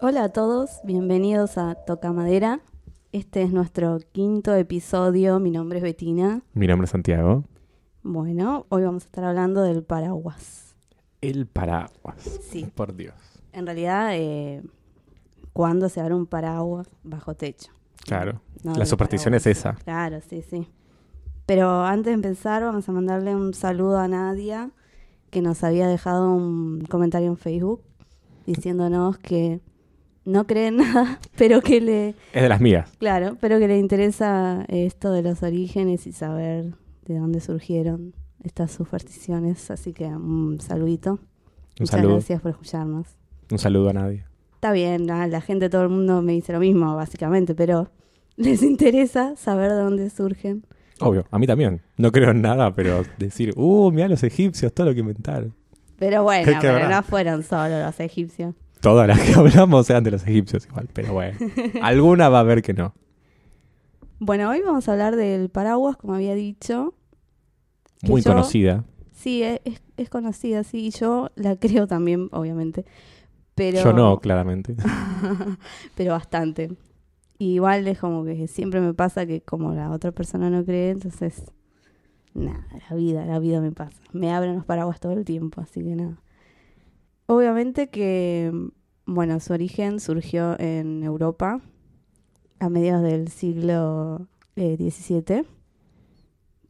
Hola a todos, bienvenidos a Toca Madera. Este es nuestro quinto episodio. Mi nombre es Betina. Mi nombre es Santiago. Bueno, hoy vamos a estar hablando del paraguas. El paraguas. Sí. Por Dios. En realidad, eh, ¿cuándo se abre un paraguas bajo techo? Claro. No, la del superstición paraguas. es esa. Claro, sí, sí. Pero antes de empezar, vamos a mandarle un saludo a Nadia, que nos había dejado un comentario en Facebook diciéndonos que no cree en nada, pero que le, Es de las mías. claro, pero que le interesa eh, esto de los orígenes y saber de dónde surgieron estas supersticiones. Así que un saludito. Un Muchas saludo. gracias por escucharnos. Un saludo a nadie. Está bien, ah, la gente, todo el mundo me dice lo mismo, básicamente, pero les interesa saber de dónde surgen. Obvio, a mí también. No creo en nada, pero decir, uh, mirá los egipcios, todo lo que inventaron. Pero bueno, Es que pero verdad. no fueron solo los egipcios. Todas las que hablamos eran de los egipcios igual, pero bueno. Alguna va a ver que no. Bueno, hoy vamos a hablar del paraguas, como había dicho. Que Muy yo- conocida. Sí, es, es- es conocida, sí, y yo la creo también, obviamente. Pero, Yo no, claramente. pero bastante. Y igual es como que siempre me pasa que como la otra persona no cree, entonces, nada, la vida, la vida me pasa. Me abren los paraguas todo el tiempo, así que nada. Obviamente que, bueno, su origen surgió en Europa a mediados del siglo eh, XVII.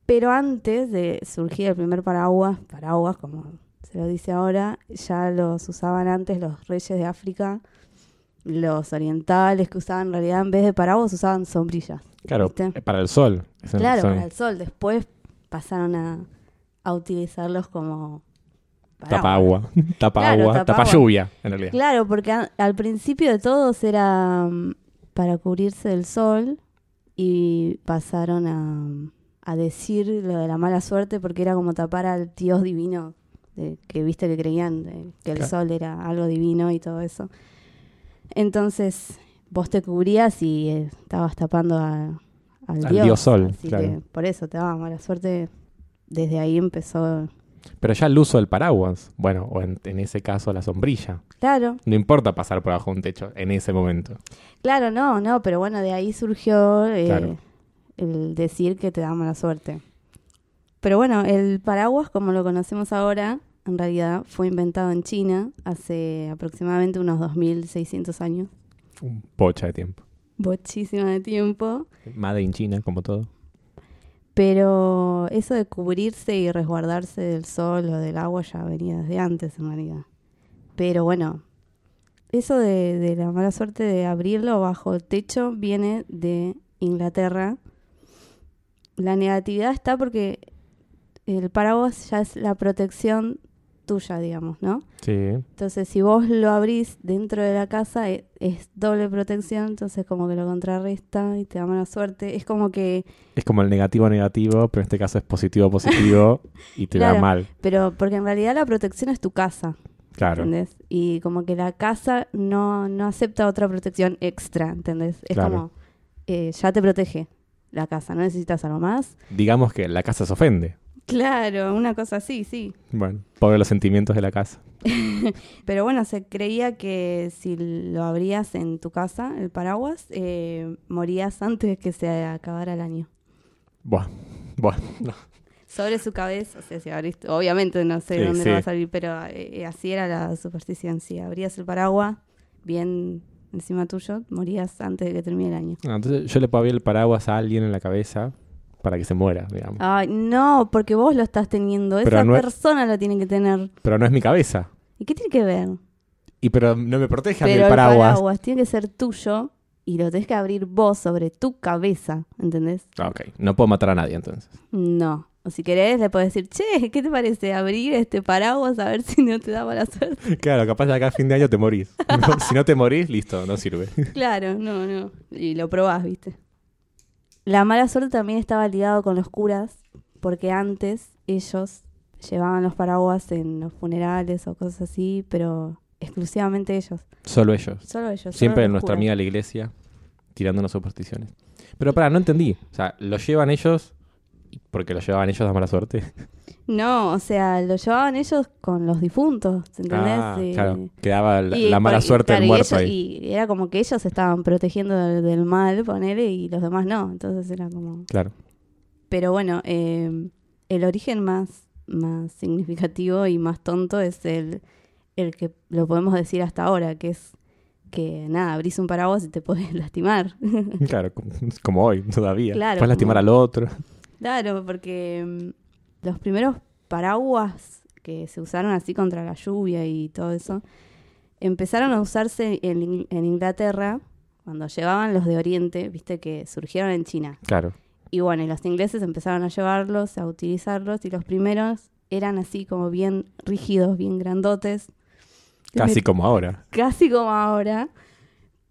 Pero antes de surgir el primer paraguas, paraguas como se lo dice ahora, ya los usaban antes los reyes de África, los orientales que usaban en realidad en vez de paraguas usaban sombrillas. Claro, eh, ¿Viste? para el sol. Es el Claro, sol. para el sol. Después pasaron a, a utilizarlos como paraguas. Tapa agua, tapa Claro, agua, tapa tapa agua. lluvia, en realidad. Claro, porque a- al principio de todos era mm, para cubrirse del sol y pasaron a, a decir lo de la mala suerte porque era como tapar al Dios divino, de- que viste que creían de- que el Claro. sol era algo divino y todo eso. Entonces vos te cubrías y eh, estabas tapando a- al, Al Dios. dios sol, así claro. que por eso te daba mala suerte. Desde ahí empezó. Pero ya el uso del paraguas, bueno, o en- en ese caso la sombrilla. Claro. No importa pasar por abajo de un techo en ese momento. Claro, no, no, pero bueno, de ahí surgió eh, Claro. el decir que te da mala suerte. Pero bueno, el paraguas, como lo conocemos ahora, en realidad fue inventado en China hace aproximadamente unos 2.600 años. Un Bocha de tiempo. Muchísimo de tiempo. Made in China, como todo. Pero eso de cubrirse y resguardarse del sol o del agua ya venía desde antes en realidad. Pero bueno, eso de, de la mala suerte de abrirlo bajo el techo viene de Inglaterra. La negatividad está porque el paraguas ya es la protección tuya, digamos, ¿no? Sí. Entonces, si vos lo abrís dentro de la casa, e- es, doble protección, entonces como que lo contrarresta y te da mala suerte. Es como que Es como el negativo negativo, pero en este caso es positivo positivo y te Claro. da mal. Pero porque en realidad la protección es tu casa, Claro. ¿entendés? Y como que la casa no, no acepta otra protección extra, ¿entendés? Es Claro. como, eh, ya te protege la casa, no necesitas algo más. Digamos que la casa se ofende. Claro, una cosa así, sí. Bueno, pobre los sentimientos de la casa. Pero bueno, se creía que si lo abrías en tu casa, el paraguas, eh, morías antes que se acabara el año. Buah. Buah. No. Sobre su cabeza, o sea, si abriste, obviamente no sé Sí, dónde sí. lo va a salir, pero eh, así era la superstición. Si abrías el paraguas bien encima tuyo, morías antes de que termine el año. No, entonces yo le puedo abrir el paraguas a alguien en la cabeza para que se muera, digamos. Ay, no, porque vos lo estás teniendo, Pero esa no es- persona lo tiene que tener. Pero no es mi cabeza. ¿Y qué tiene que ver? Y pero no me protege a mí Pero el el paraguas. paraguas tiene que ser tuyo y lo tenés que abrir vos sobre tu cabeza, ¿entendés? Ah, Ok, no puedo matar a nadie entonces. No. O si querés, le podés decir, che, ¿qué te parece abrir este paraguas a ver si no te da mala suerte? Claro, capaz de acá a fin de año te morís. si no te morís, listo, no sirve. Claro, no, no. Y lo probás, viste. La mala suerte también estaba ligado con los curas, porque antes ellos llevaban los paraguas en los funerales o cosas así, pero exclusivamente ellos. Solo ellos. Solo ellos. solo Siempre los nuestra curas. amiga la iglesia tirándonos supersticiones. Pero para, no entendí. O sea, lo llevan ellos Porque lo llevaban ellos a mala suerte. No, o sea, lo llevaban ellos con los difuntos, ¿entendés? Ah, Eh, claro. Quedaba la, y la mala por- y, suerte claro, del y muerto ellos- ahí. Y era como que ellos estaban protegiendo del, del mal, ponele, y los demás no. Entonces era como... Claro. Pero bueno, eh, el origen más, más significativo y más tonto es el, el que lo podemos decir hasta ahora, que es que nada, abrís un paraguas y te podés lastimar. Claro, como- como hoy, todavía. Claro, Puedes lastimar al como- otro. Claro, porque mm, los primeros paraguas que se usaron así contra la lluvia y todo eso, empezaron a usarse en, In- en Inglaterra cuando llevaban los de Oriente, viste que surgieron en China. Claro. Y bueno, y los ingleses empezaron a llevarlos, a utilizarlos, y los primeros eran así como bien rígidos, bien grandotes. Casi como ahora. Casi como ahora,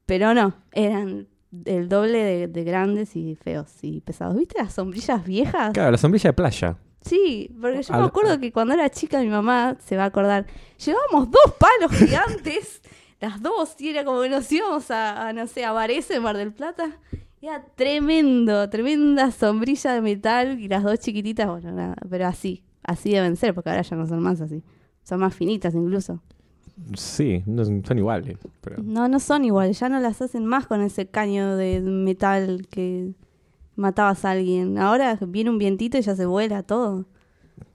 pero no, eran el doble de, de grandes y feos y pesados. ¿Viste las sombrillas viejas? Claro, la sombrilla de playa. Sí, porque yo Al- me acuerdo que cuando era chica mi mamá se va a acordar, llevábamos dos palos gigantes, las dos, y era como que nos íbamos a, a, no sé, a Varese, en Mar del Plata. Era tremendo, tremenda sombrilla de metal y las dos chiquititas, bueno, nada, pero así, así deben ser, porque ahora ya no son más así. Son más finitas incluso. Sí, no son son iguales. Pero... No, no son iguales, ya no las hacen más con ese caño de metal que matabas a alguien. Ahora viene un vientito y ya se vuela todo.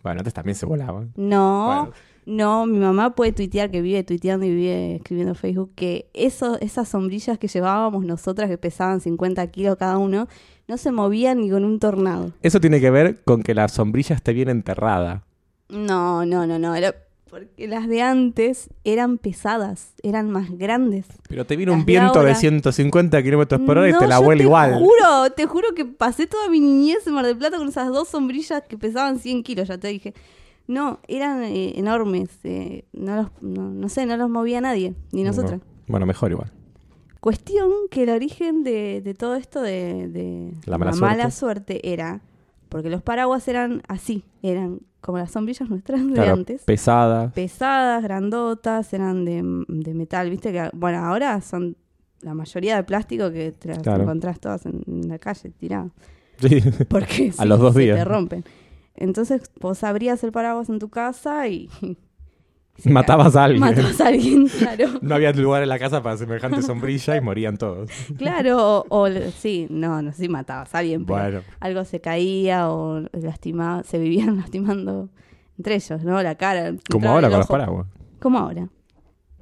Bueno, antes también se volaban. No. Bueno, No, mi mamá puede tuitear que vive tuiteando y vive escribiendo en Facebook que eso, esas sombrillas que llevábamos nosotras que pesaban 50 kilos cada uno no se movían ni con un tornado. Eso tiene que ver con que la sombrilla esté bien enterrada. No, no, no, no. Era porque las de antes eran pesadas, eran más grandes. Pero te viene Las un de viento de ahora- 150 kilómetros por hora y No, te la yo vuela Te igual. juro, te juro que pasé toda mi niñez en Mar del Plata con esas dos sombrillas que pesaban 100 kilos, ya te dije. No, eran eh, enormes. eh, no, los, no, no sé, no los movía nadie, ni nosotras. No. Bueno, mejor igual. Cuestión que el origen de, de todo esto de, de La mala suerte era porque los paraguas eran así, eran como las sombrillas nuestras de Claro, antes, pesada. pesadas, grandotas, eran de, de metal, viste que bueno, ahora son la mayoría de plástico que te las Claro. encontrás todas en, en la calle tiradas, Sí. porque A los dos se días. te rompen. Entonces, vos abrías el paraguas en tu casa y se Matabas a cae. alguien. matabas a alguien, claro. No había lugar en la casa para semejante sombrilla y morían todos. Claro, o, o le- sí, no, no sé si matabas a alguien, pero Bueno, algo se caía o lastimaba, se vivían lastimando entre ellos, ¿no? La cara. como entraba ahora el con los ojo. paraguas. Como ahora.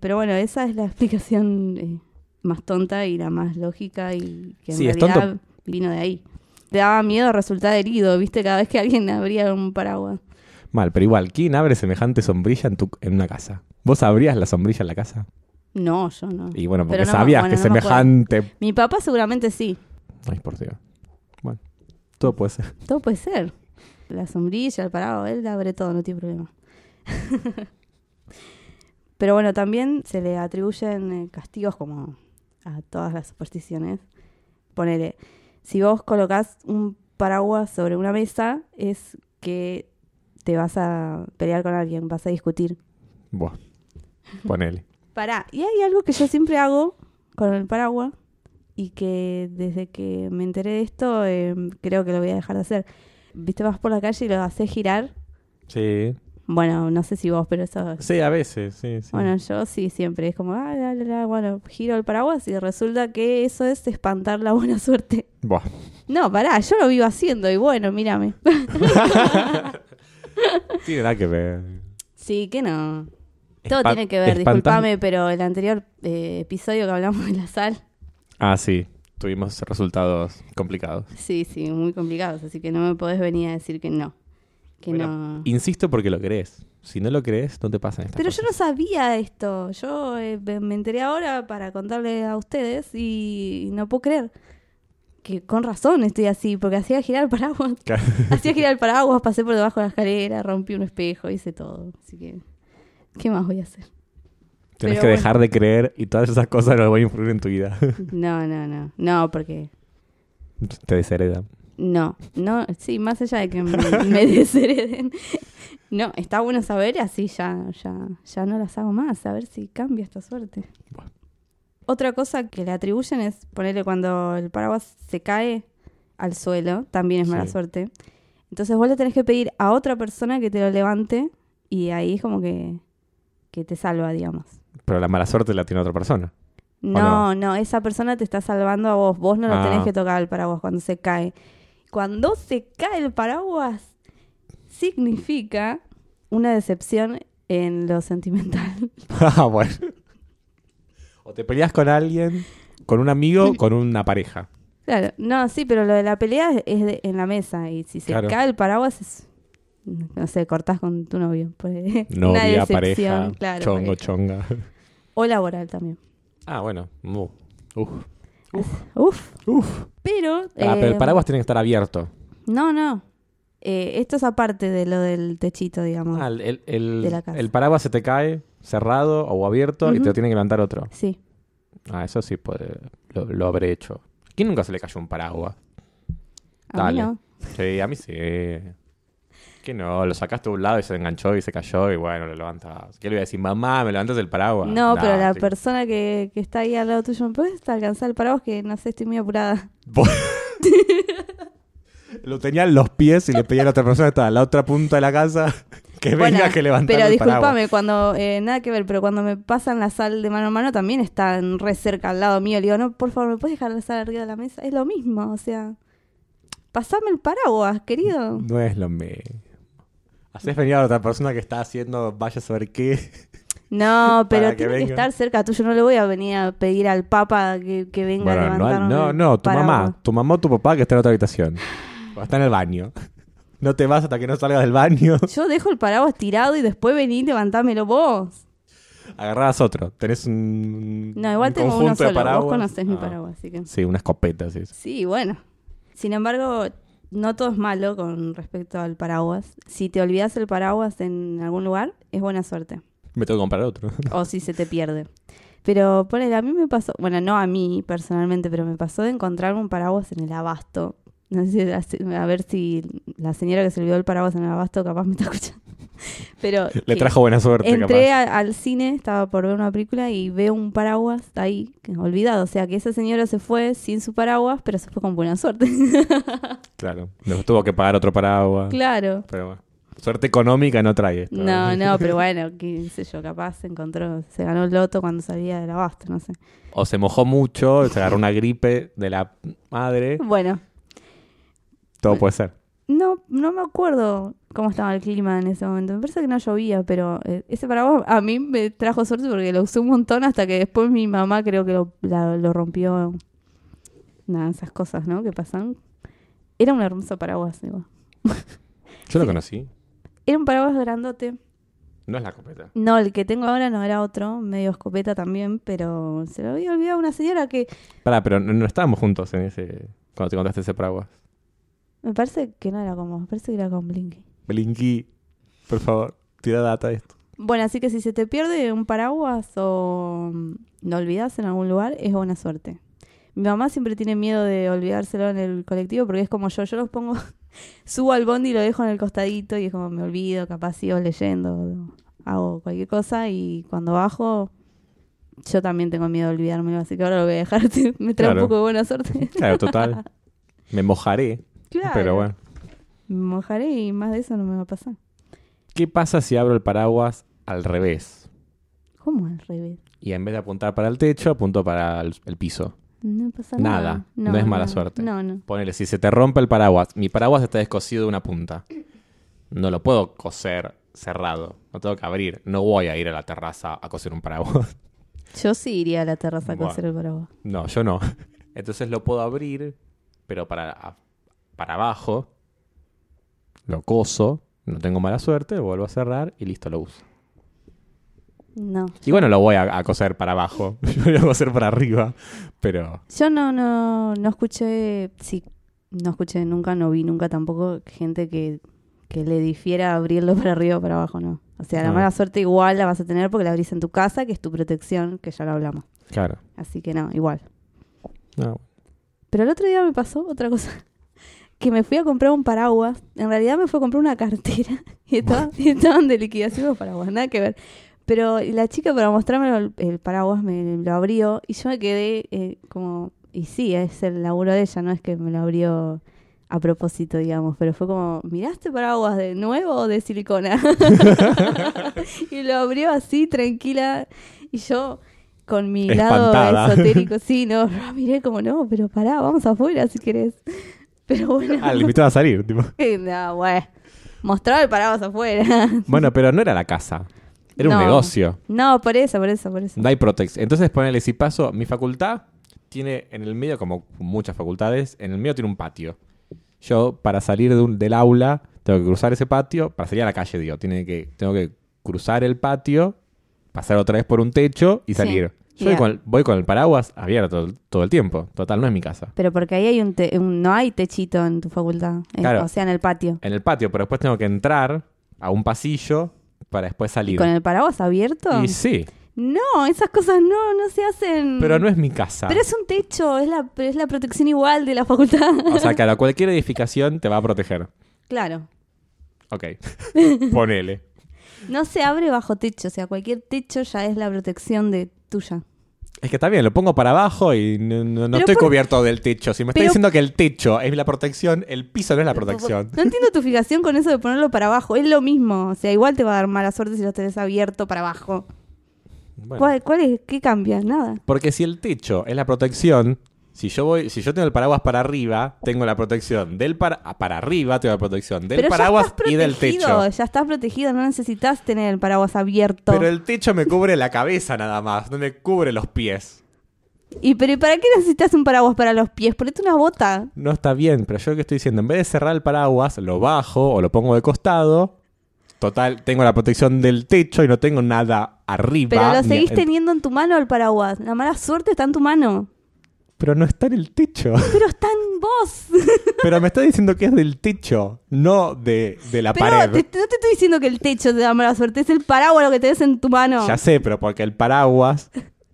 Pero bueno, esa es la explicación eh, más tonta y la más lógica y que en Sí, es realidad tonto. vino de ahí. Te daba miedo resultar herido, ¿viste? Cada vez que alguien abría un paraguas. Mal, pero igual, ¿quién abre semejante sombrilla en, tu, en una casa? ¿Vos abrías la sombrilla en la casa? No, yo no. Y bueno, porque Pero no me- sabías bueno, que no me acuerdo. semejante. Mi papá seguramente sí. Ay, por Dios. Bueno, todo puede ser. Todo puede ser. La sombrilla, el paraguas, él abre todo, no tiene problema. Pero bueno, también se le atribuyen eh, castigos como a todas las supersticiones. Ponele, si vos colocas un paraguas sobre una mesa, es que te vas a pelear con alguien, vas a discutir. Buah. Ponele. Pará, y hay algo que yo siempre hago con el paraguas y que desde que me enteré de esto eh, creo que lo voy a dejar de hacer. Viste, vas por la calle y lo haces girar. Sí. Bueno, no sé si vos, pero eso... Sí, a veces, sí, sí. Bueno, yo sí, siempre. Es como, ah, la, la, la, bueno, giro el paraguas y resulta que eso es espantar la buena suerte. Buah. No, pará, yo lo vivo haciendo y bueno, mírame. Tiene nada que ver. Sí, que no. Todo Espan- tiene que ver, espantas- disculpame, pero el anterior eh, episodio que hablamos de la sal, Ah, sí. Tuvimos resultados complicados. Sí, sí, muy complicados, así que no me podés venir a decir que no. Que Bueno, no. Insisto porque lo crees. Si no lo crees, no te pasan estas Pero yo cosas. no sabía esto. Yo eh, me me enteré ahora para contarle a ustedes y no puedo creer que con razón estoy así, porque hacía girar el paraguas. Claro. hacía girar el paraguas, pasé por debajo de la escalera, rompí un espejo, hice todo. Así que, ¿qué más voy a hacer? Tenés pero que bueno. dejar de creer y todas esas cosas no van a influir en tu vida. No, no, no. No, porque te deshereda. No, no, sí, más allá de que me, me deshereden. No, está bueno saber, así ya, ya, ya no las hago más, a ver si cambia esta suerte. Bueno. Otra cosa que le atribuyen es ponerle cuando el paraguas se cae al suelo, también es mala Sí. suerte. Entonces vos le tenés que pedir a otra persona que te lo levante y ahí es como que, que te salva, digamos. Pero la mala suerte la tiene otra persona. No, no, esa persona te está salvando a vos. Vos no lo Ah. tenés que tocar el paraguas cuando se cae. Cuando se cae el paraguas, significa una decepción en lo sentimental. Ah, bueno. O te peleas con alguien, con un amigo, con una pareja. Claro, no, sí, pero lo de la pelea es de- en la mesa y si se Claro. cae el paraguas es. No sé, cortás con tu novio. pues, una Novia, decepción, pareja, claro, chongo, porque- chonga. O laboral también. Ah, bueno. mu. Uf. Uf. Uf. Pero. Ah, pero eh, el paraguas tiene que estar abierto. No, no. Eh, esto es aparte de lo del techito, digamos. Ah, el, el- el- De la casa. el paraguas se te cae cerrado o abierto y te lo Ujú. tiene que levantar otro. Sí. Ah, eso sí puede- lo, lo habré hecho. ¿Quién nunca se le cayó un paraguas? A mí Dale. no. Sí, a mí sí. Que no, lo sacaste de un lado y se enganchó y se cayó y bueno, lo levantabas. ¿Qué le voy a decir? Mamá, me levantas el paraguas. No, pero la persona... persona que, que está ahí al lado tuyo, ¿me puedes alcanzar el paraguas? Que no sé, estoy muy apurada. Bo- Lo tenía en los pies y le pedía a la otra persona que estaba en la otra punta de la casa que Bueno, venga que levantar Pero el paraguas. discúlpame, cuando, eh, nada que ver, pero cuando me pasan la sal de mano a mano también están re cerca al lado mío. Le digo, no, por favor, ¿me puedes dejar la sal arriba de la mesa? Es lo mismo, o sea. Pasame el paraguas, querido. No es lo mismo. Haces venir a la otra persona que está haciendo vaya a saber qué. No, pero Para tiene que que, venga. estar cerca tuyo. No le voy a venir a pedir al Papa que, que venga a Bueno, no, levantarme no, el no, tu paraguas. mamá, tu mamá o tu papá que está en otra habitación. O está en el baño. No te vas hasta que no salgas del baño. Yo dejo el paraguas tirado y después vení y levantámelo vos. Agarrás otro. Tenés un. No, igual un tengo uno conjunto de solo. paraguas. Vos conocés mi Ah, paraguas, así que... Sí, una escopeta, sí. Sí, bueno. Sin embargo, no todo es malo con respecto al paraguas. Si te olvidas el paraguas en algún lugar, es buena suerte. Me tengo que comprar otro. O si se te pierde. Pero ponele, a mí me pasó, bueno, no a mí personalmente, pero me pasó de encontrarme un paraguas en el abasto. No sé, la se- a ver si la señora que se olvidó el paraguas en el abasto capaz me está escuchando. Pero Le que trajo buena suerte, capaz. entré a- al cine, estaba por ver una película y veo un paraguas ahí, que- olvidado. O sea, que esa señora se fue sin su paraguas, pero se fue con buena suerte. Claro. Nos tuvo que pagar otro paraguas. Claro. Pero bueno. Suerte económica no trae esto. ¿eh? No, no, pero bueno, qué sé yo, capaz se encontró, se ganó el loto cuando salía del abasto, no sé. O se mojó mucho, se agarró una gripe de la madre. Bueno, Todo puede ser. no, no me acuerdo cómo estaba el clima en ese momento. Me parece que no llovía, pero eh, ese paraguas a mí me trajo suerte porque lo usé un montón hasta que después mi mamá creo que lo, la- lo rompió. Nada, esas cosas, ¿no? Que pasan. Era un hermoso paraguas, digo. Yo lo conocí. Era un paraguas grandote. No es la escopeta. No, el que tengo ahora no era otro, medio escopeta también, pero se lo había olvidado a una señora que Pará, pero no, no estábamos juntos en ese. Cuando te contaste ese paraguas. Me parece que no era como, me parece que era con Blinky. Blinky, por favor, tira data de esto. Bueno, así que si se te pierde un paraguas o mm, lo olvidas en algún lugar, es buena suerte. Mi mamá siempre tiene miedo de olvidárselo en el colectivo porque es como yo, yo los pongo, subo al bondi y lo dejo en el costadito y es como me olvido, capaz sigo leyendo, o hago cualquier cosa y cuando bajo yo también tengo miedo de olvidármelo, así que ahora lo voy a dejar, me trae Claro. un poco de buena suerte. Claro, total. Me mojaré, claro. pero bueno. Me mojaré y más de eso no me va a pasar. ¿Qué pasa si abro el paraguas al revés? ¿Cómo al revés? Y en vez de apuntar para el techo, apunto para el, el piso. No pasa Nada. nada. No es mala suerte. No, no. Ponele, si se te rompe el paraguas, mi paraguas está descosido de una punta. No lo puedo coser cerrado. No tengo que abrir. No voy a ir a la terraza a coser un paraguas. Yo sí iría a la terraza a Bueno. coser el paraguas. No, yo no. Entonces lo puedo abrir, pero para, a- para abajo. Lo coso. No tengo mala suerte. Vuelvo a cerrar y listo, lo uso. No. Y bueno, lo voy a, a coser para abajo. Yo lo voy a coser para arriba. Pero Yo no, no, no escuché, sí, no escuché nunca, no vi nunca tampoco gente que, que le difiera abrirlo para arriba o para abajo, no. O sea, la Ah. mala suerte igual la vas a tener porque la abrís en tu casa, que es tu protección, que ya lo hablamos. Claro. Así que no, igual. No. Pero el otro día me pasó otra cosa. Que me fui a comprar un paraguas. En realidad me fui a comprar una cartera. Y, estaba- y estaban de liquidación los paraguas. Nada que ver. Pero la chica para mostrarme el, el paraguas me lo abrió. Y yo me quedé eh, como... Y sí, es el laburo de ella. No es que me lo abrió a propósito, digamos, pero fue como, ¿miraste paraguas de nuevo o de silicona? y lo abrió así, tranquila, y yo con mi Espantada. lado esotérico, sí, no, miré como, no, pero pará, vamos afuera si querés. Pero bueno, Ah, le invitaba a salir. tipo. no, bueno, mostraba el paraguas afuera. Bueno, pero no era la casa. Era un No. negocio. no, por eso, por eso, por eso. No hay protex. Entonces, ponele, si paso, mi facultad tiene en el medio, como muchas facultades, en el medio tiene un patio. Yo, para salir de un- del aula, tengo que cruzar ese patio, para salir a la calle, digo, tiene que, tengo que cruzar el patio, pasar otra vez por un techo y Sí. salir. Yo Yeah. voy, con, voy con el paraguas abierto todo, todo el tiempo. Total, no es mi casa. Pero porque ahí hay un, te- un- no hay techito en tu facultad, en- Claro. o sea, en el patio. En el patio, pero después tengo que entrar a un pasillo para después ¿Y salir. con el paraguas abierto? Y sí, No, esas cosas no, no se hacen. pero no es mi casa. Mm. Pero es un techo, es la, pero es la protección igual de la facultad. O sea, claro, cualquier edificación te va a proteger. claro. Ok. Ponele. No se abre bajo techo, o sea, cualquier techo ya es la protección de tuya. Es que está bien, lo pongo para abajo y no, no- no Pero estoy por- cubierto del techo. Si me está Pero- diciendo que el techo es la protección, el piso no es la protección. No entiendo tu fijación con eso de ponerlo para abajo. Es lo mismo, o sea, igual te va a dar mala suerte si lo tenés abierto para abajo. Bueno, ¿Cuál, cuál es, ¿Qué cambia? Nada. porque si el techo es la protección, si yo voy, si yo tengo el paraguas para arriba, tengo la protección del para, ah, para arriba, tengo la protección del Pero ya paraguas estás y del protegido, techo. Ya estás protegido, no necesitas tener el paraguas abierto. Pero el techo me cubre la cabeza nada más, no me cubre los pies. ¿Y pero ¿y para qué necesitas un paraguas para los pies? Ponete una bota. No está bien, pero yo lo que estoy diciendo, en vez de cerrar el paraguas, lo bajo o lo pongo de costado. Total, tengo la protección del techo y no tengo nada arriba. Pero lo ni- seguís en- teniendo en tu mano el paraguas. La mala suerte está en tu mano. Pero no está en el techo. Pero está en vos. Pero me está diciendo que es del techo, no de, de la Pero pared. te- te- no te estoy diciendo que el techo te da mala suerte. Es el paraguas lo que tenés en tu mano. Ya sé, pero porque el paraguas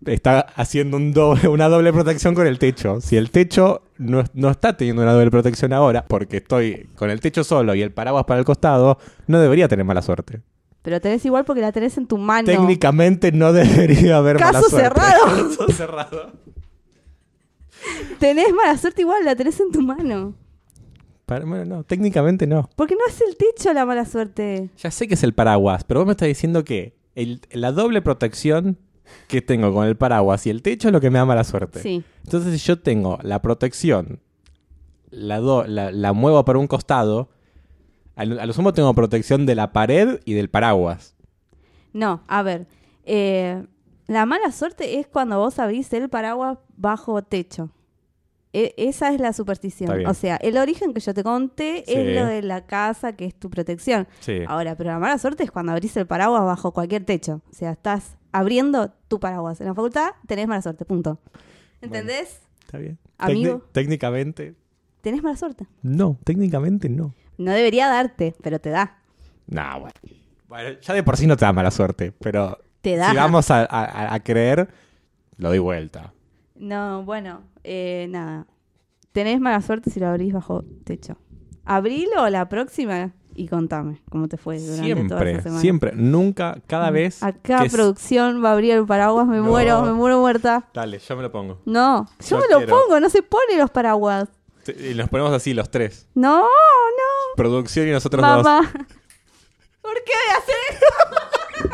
está haciendo un doble- una doble protección con el techo. Si el techo no, no está teniendo una doble protección ahora, porque estoy con el techo solo y el paraguas para el costado, no debería tener mala suerte. Pero tenés igual porque la tenés en tu mano. Técnicamente no debería haber mala Caso suerte. cerrado. Caso cerrado. Tenés mala suerte igual, la tenés en tu mano. Para- bueno, no, técnicamente no. Porque no es el techo la mala suerte. Ya sé que es el paraguas, pero vos me estás diciendo que el- la doble protección que tengo con el paraguas y el techo es lo que me da mala suerte. Sí. Entonces, si yo tengo la protección, la, do- la, la muevo para un costado, al- a lo sumo tengo protección de la pared y del paraguas. No, a ver. eh, la mala suerte es cuando vos abrís el paraguas bajo techo. E- esa es la Está superstición. bien. O sea, el origen que yo te conté Sí. es lo de la casa, que es tu protección. Sí. Ahora, pero la mala suerte es cuando abrís el paraguas bajo cualquier techo. O sea, estás abriendo tu paraguas. En la facultad tenés mala suerte, punto. ¿Entendés? Está bien. Amigo. Tecni- técnicamente, Tenés mala suerte. no. Técnicamente, no. No debería darte, pero te da. No, bueno. Bueno, ya de por sí no te da mala suerte, pero Te da. si vamos a, a- a creer, lo doy vuelta. No, bueno, eh, nada. Tenés mala suerte si lo abrís bajo techo. Abrilo la próxima y contame cómo te fue durante toda esa Siempre, semana. Mm, siempre, nunca, cada vez. Acá que es- producción va a abrir el paraguas, me No. muero, me muero muerta. Dale, yo me lo pongo. No, yo No me lo quiero. pongo, no se pone los paraguas. Te- Y nos ponemos así los tres. No, no. Producción y nosotros dos. Mamá. ¿Por qué voy a hacer esto?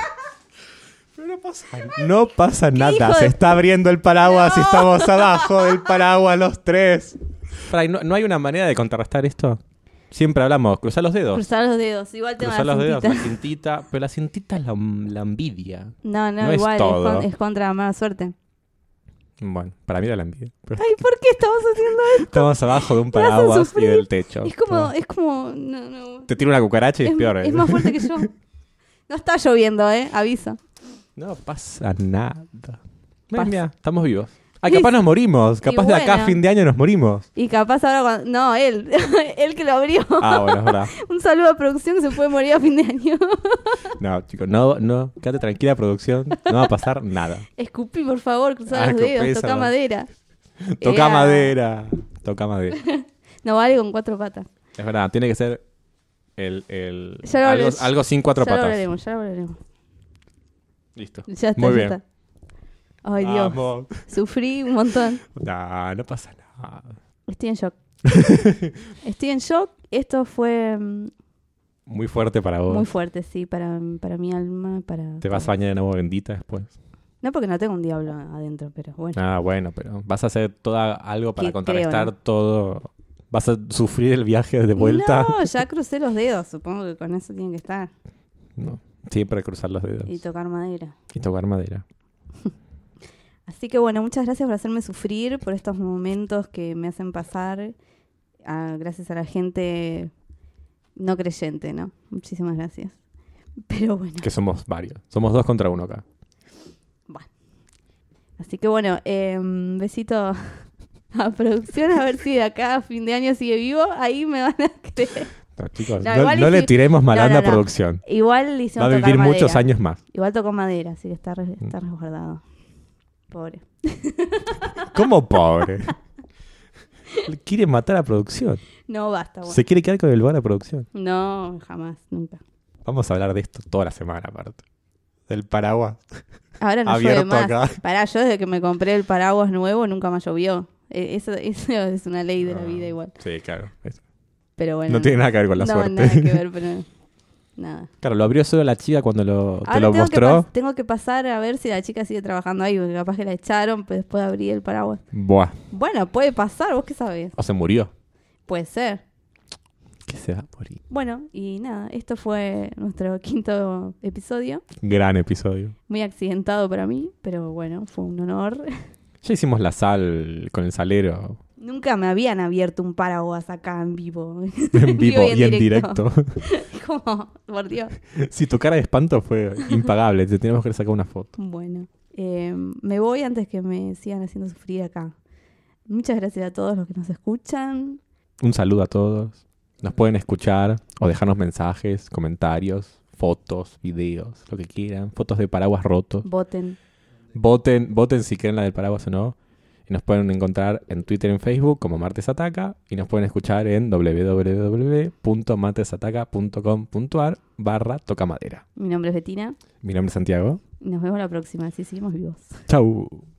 Pero no pasa, no pasa nada. hijo Se de- está abriendo el paraguas y No. estamos abajo del paraguas los tres. ¿no, no hay una manera de contrarrestar esto? Siempre hablamos, cruzar los dedos. Cruzar los dedos, igual te Cruzar van a los la dedos, cintita. la cintita. Pero la cintita es la, la envidia. No, no, No es igual, es, todo. con- es contra la mala suerte. Bueno, para mí era la envidia. Pero Ay, ¿por qué estamos haciendo esto? estamos abajo de un Me hacen paraguas y sufrir. del techo. Es como, es como, no, no. Te tira una cucaracha y es, es, peor. ¿eh? es más fuerte que yo. No está lloviendo, ¿eh? Aviso. No pasa nada. Mira, Pasa. mira, estamos vivos. Ay, capaz nos morimos. Capaz de acá a bueno. fin de año nos morimos. Y capaz ahora cuando... No, él. él que lo abrió. Ah, bueno, es verdad. Un saludo a producción que se puede morir a fin de año. No, chicos, no, no. Quédate tranquila, producción. No va a pasar nada. Escupí, por favor, cruzar Ah, los escupí dedos, esa toca madre. madera. Toca Ea. madera. Toca madera. No vale con cuatro patas. Es verdad, tiene que ser el, el- Ya lo algo, hablé. algo sin cuatro ya lo patas. hablaremos, ya lo hablaremos. Listo. Ya está, Muy ya bien. está. Ay, Dios. Vamos. Sufrí un montón. No, no pasa nada. Estoy en shock. Estoy en shock. Esto fue mm, Muy fuerte para vos. muy fuerte, sí, para, para mi alma. Para, Te vas a bañar en agua bendita después. No porque no tengo un diablo adentro, pero bueno. Ah, bueno, pero vas a hacer toda algo para Que contrarrestar creo, ¿no? todo. Vas a sufrir el viaje de vuelta. No, ya crucé los dedos. Supongo que con eso tiene que estar. No. Siempre cruzar los dedos Y tocar madera. y tocar madera. Así que bueno, muchas gracias por hacerme sufrir, por estos momentos que me hacen pasar. Ah, gracias a la gente no creyente, ¿no? Muchísimas gracias. Pero bueno. Que somos varios. Somos dos contra uno acá. Así que bueno, eh, besito a producción, a ver si de acá a fin de año sigue vivo. Ahí me van a creer. No, chicos, No, no, igual y no le si- tiremos no, malanda no, no. a producción. Igual le Va a hicieron vivir tocar madera. muchos años Mm. más. Igual tocó madera, así que está, re- está resguardado. Pobre. ¿Cómo pobre? Le quiere matar a producción. No, basta. Bueno. Se quiere quedar con el bar a producción. No, jamás, nunca. Vamos a hablar de esto toda la semana, aparte. Del paraguas. Ahora no Abierto llueve más. acá. Pará, yo desde que me compré el paraguas nuevo nunca más llovió. Eh, Eso, eso es una ley de la vida igual. Ah. Sí, claro. Es- Pero bueno. no tiene nada que ver con la no, suerte. nada que ver, pero nada. Claro, lo abrió solo la chica cuando lo, te Ahora Ah, lo tengo Que mostró. pas- tengo que pasar a ver si la chica sigue trabajando ahí, porque capaz que la echaron, pero después abrí el paraguas. Buah, Bueno, puede pasar, vos qué sabés. o se murió. Puede ser. Que se va a morir. Bueno, y nada, esto fue nuestro quinto episodio. Gran episodio. Muy accidentado para mí, pero bueno, fue un honor. Ya hicimos la sal con el salero Nunca me habían abierto un paraguas acá en vivo. en vivo y en y en directo. directo. Como, por Dios. si tu cara de espanto fue impagable, te tenemos que sacar una foto. Bueno, eh, me voy antes que me sigan haciendo sufrir acá. Muchas gracias a todos los que nos escuchan. Un saludo a todos. Nos pueden escuchar o dejarnos mensajes, comentarios, fotos, videos, lo que quieran. Fotos de paraguas rotos. Voten. Voten, voten si quieren la del paraguas o no. Y nos pueden encontrar en Twitter y en Facebook como Martes Ataca. Y nos pueden escuchar en www.martesataca.com.ar barra tocamadera. Mi nombre es Betina. Mi nombre es Santiago. Nos vemos la próxima, si seguimos vivos. Chau.